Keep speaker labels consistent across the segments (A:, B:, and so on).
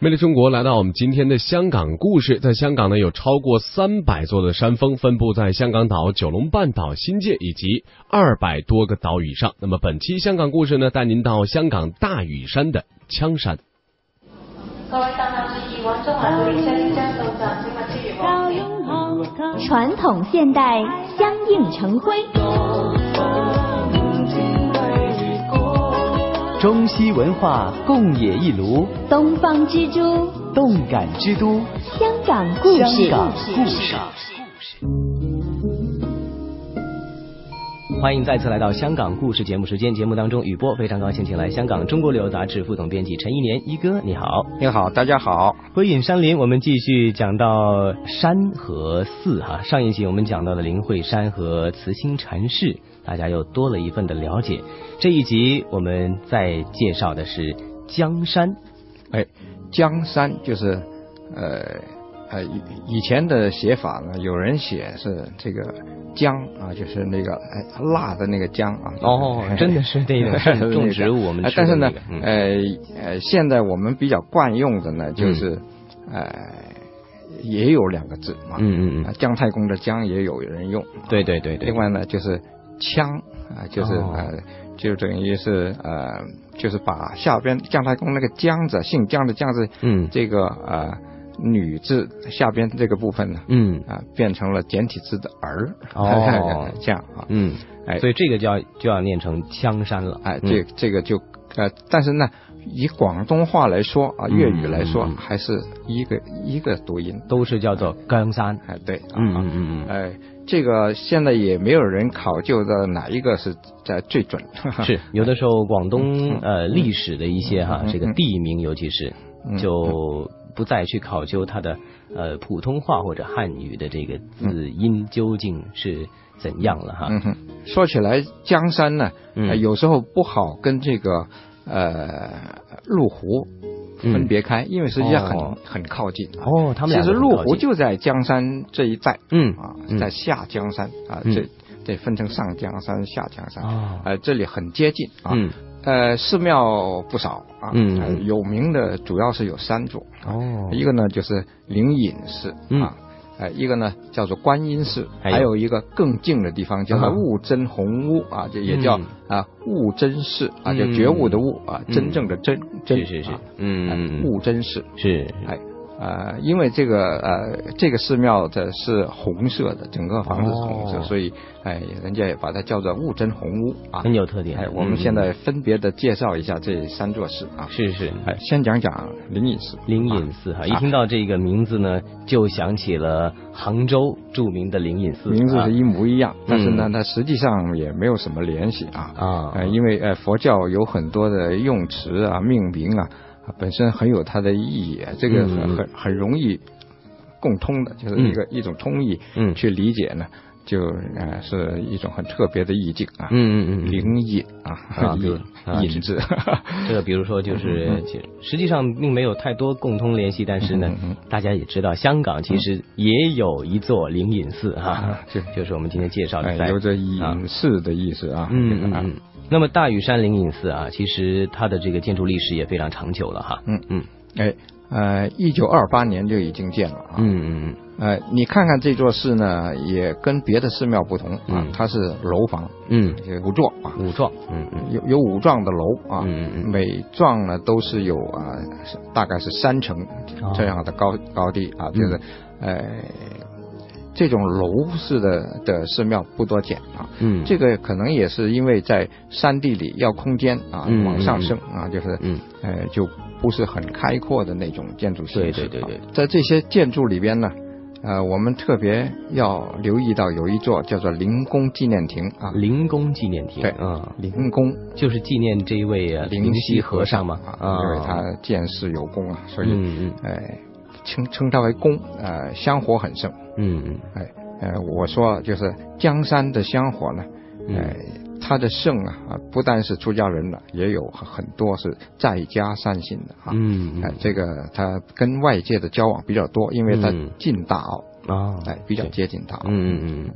A: 魅力中国来到我们今天的香港故事，在香港呢有超过三百座的山峰，分布在香港岛、九龙半岛、新界以及二百多个岛屿上。那么本期香港故事呢，带您到香港大屿山的枪山。
B: 各位乘客注意，往中环道列車即將到站，請勿超越黃線。
C: 传统现代相映成辉，
D: 中西文化共冶一炉，
C: 东方之珠，
D: 动感之都，
C: 香港故
D: 香
C: 事。
D: 港故事。欢迎再次来到《香港故事》节目时间。节目当中，雨波非常高兴请来香港《中国旅游杂志》副总编辑陈一年一哥，你好。
E: 你好，大家好。
D: 归隐山林，我们继续讲到山和寺哈、上一集我们讲到了灵会山和慈心禅寺，大家又多了一份的了解。这一集我们再介绍的是江山，
E: 哎，江山就是呃呃以以前的写法呢，有人写是这个姜啊，就是那个哎辣的那个姜啊。
D: 哦真的 是那种
E: 是
D: 种植物
E: 那个
D: 我们
E: 哎
D: 吃的
E: 但是呢
D: 那，个嗯
E: 呃呃，现在我们比较惯用的呢，就是呃也有两个字嘛，
D: 嗯嗯
E: 啊
D: 嗯，
E: 姜太公的姜也有人用。啊
D: 对对对对
E: 另，外呢，就是枪啊、就是、
D: 哦
E: 呃，就等于是呃，就是把下边姜太公那个姜字，姓姜的姜字，
D: 嗯
E: 这个呃女字下边这个部分呢，
D: 嗯
E: 啊、变成了简体字的儿，
D: 哦
E: 这样啊，
D: 嗯，
E: 哎
D: 所以这个就要就要念成枪山了，
E: 哎，
D: 嗯
E: 这这个就呃，但是呢，以广东话来说啊，粤语来说，
D: 嗯嗯嗯
E: 还是一个一个读音，
D: 都是叫做江山，
E: 哎，对，啊
D: 嗯嗯嗯嗯，
E: 哎，这个现在也没有人考究到哪一个是在最准。
D: 是有的时候广东呃历史的一些哈
E: 啊嗯嗯嗯
D: 这个地名，尤其是
E: 嗯
D: 就不再去考究它的呃普通话或者汉语的这个字音究竟是怎样了哈。
E: 嗯哼，说起来江山呢，
D: 啊嗯
E: 呃有时候不好跟这个呃麓湖分别开，因为实际上很、
D: 嗯哦
E: 很靠近啊。
D: 哦，他们俩
E: 其实
D: 都很
E: 麓
D: 靠
E: 湖
D: 近
E: 就在江山这一带，
D: 嗯
E: 啊
D: 嗯，
E: 在下江山啊，
D: 嗯
E: 这这分成上江山、下江山，
D: 哦
E: 呃，这里很接近啊。
D: 嗯
E: 呃，寺庙不少啊，
D: 嗯
E: 呃有名的主要是有三座，
D: 哦
E: 一个呢就是灵隐寺
D: 嗯哎
E: 啊，呃，一个呢叫做观音寺，
D: 还有
E: 还有一个更近的地方叫做
D: 啊
E: 悟真红屋啊，这也叫
D: 嗯
E: 啊悟真寺啊，
D: 嗯
E: 叫觉悟的悟啊，
D: 嗯
E: 真正的真真
D: 是是是
E: 啊，
D: 嗯嗯
E: 哎
D: 嗯
E: 悟真寺
D: 是
E: 哎。呃，因为这个呃，这个寺庙的是红色的，整个房子是红色，
D: 哦
E: 所以哎、人家也把它叫做悟真红屋啊。
D: 很有特点。
E: 哎，我们
D: 嗯
E: 现在分别的介绍一下这三座寺啊。
D: 是是
E: 哎，先讲讲灵隐寺。
D: 灵
E: 啊
D: 隐寺哈，
E: 啊
D: 一听到这个名字呢，就想起了杭州著名的灵隐寺。啊
E: 名字是一模一样，但是呢
D: 嗯，
E: 它实际上也没有什么联系啊。
D: 啊
E: 呃，因为呃，佛教有很多的用词啊、命名啊，啊本身很有它的意义，啊这个
D: 嗯
E: 很很很容易共通的，就是一个一种通义，
D: 嗯
E: 去理解呢，就呃是一种很特别的意境啊。
D: 嗯嗯嗯，
E: 灵隐
D: 啊
E: 啊，
D: 比如
E: 隐
D: 啊
E: 隐字，
D: 这个比如说
E: 嗯
D: 就是，其实实际上并没有太多共通联系，但是
E: 嗯
D: 呢，大家也知道，香港其实也有一座灵隐寺哈
E: 啊，对
D: 就是我们今天介绍的
E: 哎，
D: 在
E: 有着
D: 啊
E: 隐士的意思啊。
D: 嗯嗯
E: 啊
D: 嗯。那么大屿山灵隐寺啊，其实它的这个建筑历史也非常长久了哈。
E: 嗯
D: 嗯
E: 哎，呃，一九二八年就已经建了啊。
D: 嗯嗯
E: 呃，你看看这座寺呢，也跟别的寺庙不同啊，
D: 嗯
E: 它是楼房，
D: 嗯
E: 有五幢啊，
D: 嗯，武状，嗯嗯
E: 有有五幢的楼啊，
D: 嗯嗯嗯
E: 每幢呢都是有啊，是大概是三层
D: 哦嗯
E: 这样的高、高低啊，就是、呃，这种楼式的的寺庙不多见啊。
D: 嗯，
E: 这个可能也是因为在山地里要空间啊，
D: 嗯
E: 往上升啊，就是
D: 嗯
E: 呃，就不是很开阔的那种建筑形式。
D: 对对对
E: 啊在这些建筑里边呢，呃，我们特别要留意到有一座叫做灵宫纪念亭啊，
D: 灵宫纪念亭
E: 对
D: 啊，
E: 灵宫
D: 就是纪念这一位呃
E: 灵
D: 溪
E: 溪
D: 和尚嘛
E: 啊，因为他建寺有功啊，所以、
D: 嗯嗯
E: 呃，称称他为宫，呃，香火很盛。
D: 嗯嗯
E: 哎，呃，我说就是江山的香火呢，
D: 嗯
E: 呃，它的盛啊，啊不但是出家人了，也有很多是在家善信的啊。
D: 嗯
E: 哎，这个他跟外界的交往比较多，因为他
D: 嗯
E: 近大澳，
D: 嗯啊，
E: 哎，比较接近大澳。
D: 嗯嗯嗯，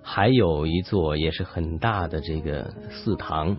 D: 还有一座也是很大的这个寺堂，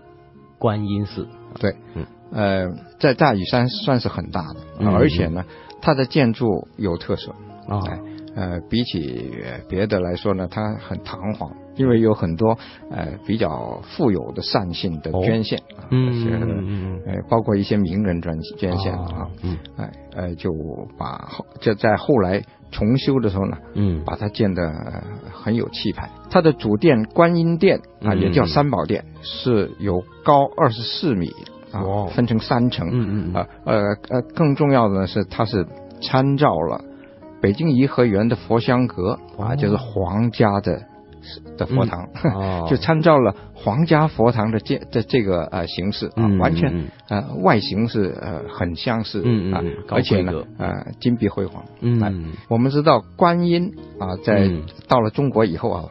D: 观音寺。
E: 对
D: 嗯，
E: 呃，在大屿山算是很大的，啊
D: 嗯
E: 而且呢，它的建筑有特色，
D: 哦，
E: 哎呃，比起呃别的来说呢，它很堂皇，因为有很多呃比较富有的善性的
D: 哦
E: 捐献，啊
D: 嗯
E: 是
D: 嗯嗯
E: 呃，包括一些名人捐捐献啊
D: 哦，嗯
E: 哎呃，就把后就在后来重修的时候呢，
D: 嗯
E: 把它建得呃很有气派。它的主殿观音殿啊，
D: 嗯
E: 也叫三宝殿，是有高二十四米啊
D: 哇哦，
E: 分成三层。
D: 嗯嗯嗯
E: 啊呃呃，更重要的是，它是参照了北京颐和园的佛香阁啊，
D: 哦
E: 就是皇家的的佛堂，
D: 哦
E: 就参照了皇家佛堂的这的这个呃形式啊
D: 嗯，
E: 完
D: 嗯
E: 全呃外形是呃很相似
D: 嗯嗯
E: 啊
D: 嗯，高
E: 而且
D: 规
E: 呢
D: 格
E: 呃金碧辉煌。哎
D: 嗯
E: 我们知道观音啊，在
D: 嗯
E: 到了中国以后啊，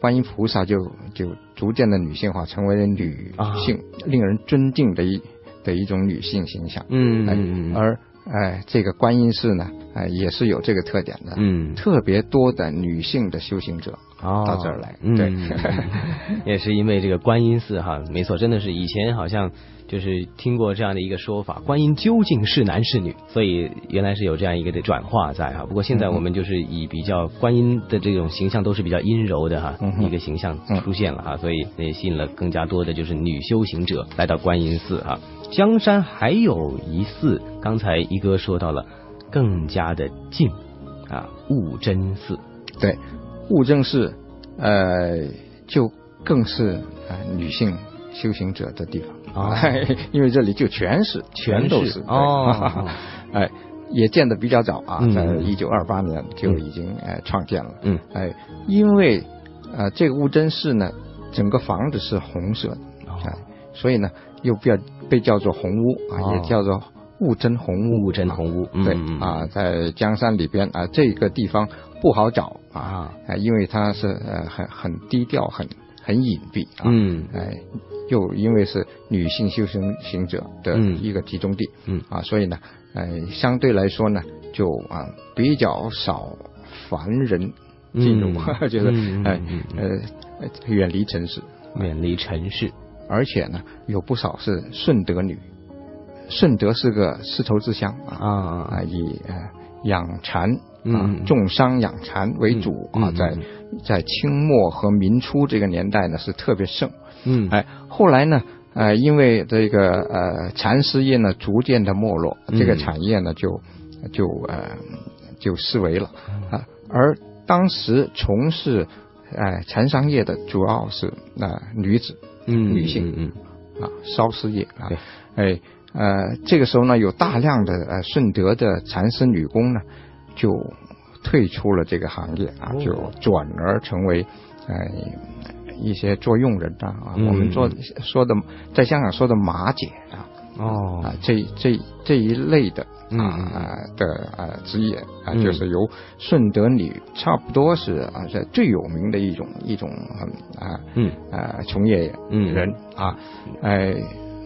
E: 观音菩萨就就逐渐的女性化，成为了女
D: 啊
E: 性、令人尊敬的一的一种女性形象。
D: 嗯嗯嗯
E: 而哎、这个观音寺呢，哎、也是有这个特点的。
D: 嗯
E: 特别多的女性的修行者，
D: 哦，
E: 到这儿来
D: 嗯
E: 对
D: 也是因为这个观音寺哈，没错，真的是以前好像就是听过这样的一个说法，观音究竟是男是女，所以原来是有这样一个的转化在哈。不过现
E: 嗯
D: 在我们就是以比较观音的这种形象都是比较阴柔的哈、
E: 嗯哼嗯
D: 一个形象出现了哈，所以也吸引了更加多的就是女修行者来到观音寺哈。江山还有一寺，刚才一哥说到了，更加的静啊，悟真寺。
E: 对，物证寺，呃，就更是啊、女性修行者的地方，
D: 哦
E: 因为这里就全是，全都
D: 全是
E: 是
D: 哦，
E: 对哎，也建得比较早啊
D: 嗯，
E: 在一九二八年就已经哎创建了，
D: 嗯，
E: 哎，因为呃这个物真寺呢，整个房子是红色的，
D: 哦
E: 哎，所以呢又被被叫做红屋
D: 哦
E: 啊，也叫做物真红屋，
D: 雾真红屋，嗯
E: 对
D: 嗯嗯
E: 啊，在江山里边啊，这个地方不好找啊，
D: 啊，
E: 啊，因为它是呃很很低调，很很隐蔽啊，
D: 嗯
E: 哎，又因为是女性修行行者的
D: 嗯
E: 一个集中地，
D: 嗯
E: 啊，所以呢，呃，相对来说呢，就啊比较少凡人进入，
D: 嗯
E: 就是
D: 嗯嗯
E: 哎
D: 嗯
E: 呃呃远离尘世，
D: 远离尘世，
E: 而且呢，有不少是顺德女，顺德是个丝绸之乡啊
D: 啊
E: 啊，以呃养蚕啊
D: 嗯
E: 重商养蚕为主
D: 嗯
E: 啊，
D: 嗯
E: 在
D: 嗯
E: 在清末和民初这个年代呢是特别盛。
D: 嗯
E: 哎，后来呢，呃，因为这个呃蚕丝业呢逐渐的没落，这个
D: 嗯
E: 产业呢就就呃就失为了
D: 嗯
E: 啊，而当时从事呃蚕商业的主要是呃女子，
D: 嗯
E: 女性
D: 嗯
E: 啊，烧丝业啊，哎，呃，这个时候呢，有大量的呃顺德的蚕丝女工呢，就退出了这个行业啊
D: 哦，
E: 就转而成为呃一些做佣人啊，啊
D: 嗯
E: 我们做说的在香港说的马姐啊
D: 嗯哦
E: 啊，这这这一类的
D: 嗯
E: 啊的啊职业啊，
D: 嗯
E: 就是由顺德女差不多是啊这最有名的一种一种嗯啊
D: 嗯
E: 呃从业
D: 嗯
E: 人啊，哎、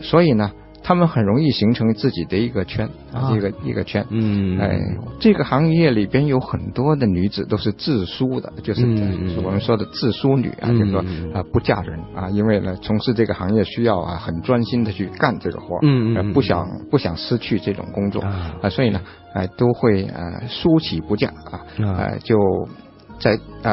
E: 所以呢，他们很容易形成自己的一个圈，
D: 啊
E: 一个一个圈。
D: 嗯
E: 哎，这个行业里边有很多的女子都是自梳的，就是
D: 嗯嗯
E: 我们说的自梳女啊，
D: 嗯
E: 就是说
D: 嗯嗯
E: 啊不嫁人啊，因为呢从事这个行业需要啊很专心的去干这个活儿，
D: 嗯嗯
E: 呃
D: 嗯
E: 不想不想失去这种工作
D: 啊
E: 啊，所以呢，哎都会呃梳起不嫁啊，
D: 啊
E: 呃就在呃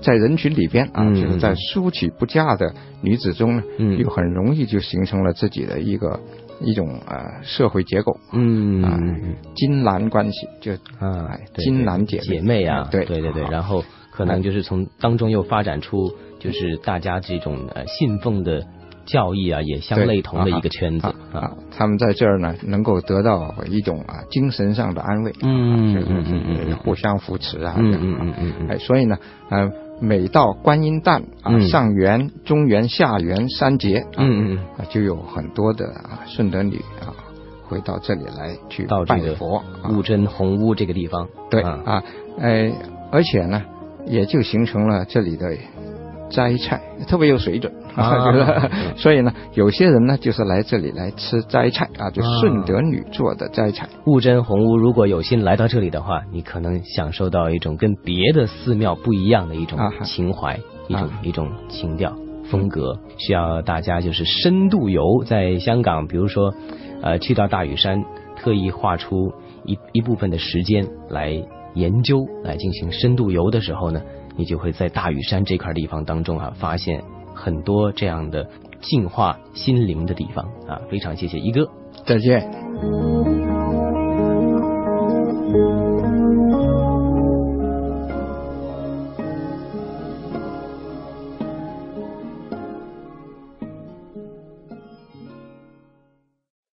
E: 在人群里边啊，
D: 嗯
E: 就是在梳起不嫁的女子中呢，
D: 嗯
E: 又很容易就形成了自己的一个一种呃社会结构。
D: 嗯
E: 啊
D: 嗯，
E: 金兰关系就
D: 啊
E: 哎，
D: 对
E: 金兰
D: 对
E: 姐
D: 姐妹啊，
E: 对
D: 对对对，
E: 好
D: 然后可能就是从当中又发展出就是大家这种呃信奉的教义啊，也相
E: 对
D: 类同的
E: 啊
D: 一个圈子
E: 啊啊，他们在这儿呢，能够得到一种啊精神上的安慰，
D: 嗯
E: 就是
D: 嗯嗯嗯嗯
E: 互相扶持啊，
D: 嗯
E: 这样
D: 嗯
E: 啊
D: 嗯嗯嗯
E: 哎，所以呢，呃，每到观音诞啊
D: 嗯，
E: 上元、中元、下元三节，啊
D: 嗯嗯嗯
E: 啊，就有很多的啊顺德女啊，回到这里来去
D: 到这
E: 拜
D: 个
E: 佛啊，
D: 雾真红屋这个地方，
E: 对
D: 啊
E: 啊，哎，而且呢，也就形成了这里的摘菜，特别有水准
D: 啊
E: 就是 所以呢，有些人呢就是来这里来吃摘菜啊，就
D: 啊
E: 顺德女做的摘菜。
D: 雾真红屋，如果有幸来到这里的话，你可能享受到一种跟别的寺庙不一样的一种
E: 啊
D: 情怀，一种、
E: 啊
D: 一种情调。风格，需要大家就是深度游。在香港，比如说，呃，去到大屿山，特意划出一一部分的时间来研究，来进行深度游的时候呢，你就会在大屿山这块地方当中啊，发现很多这样的净化心灵的地方啊。非常谢谢一哥。
E: 再见。
C: 嗯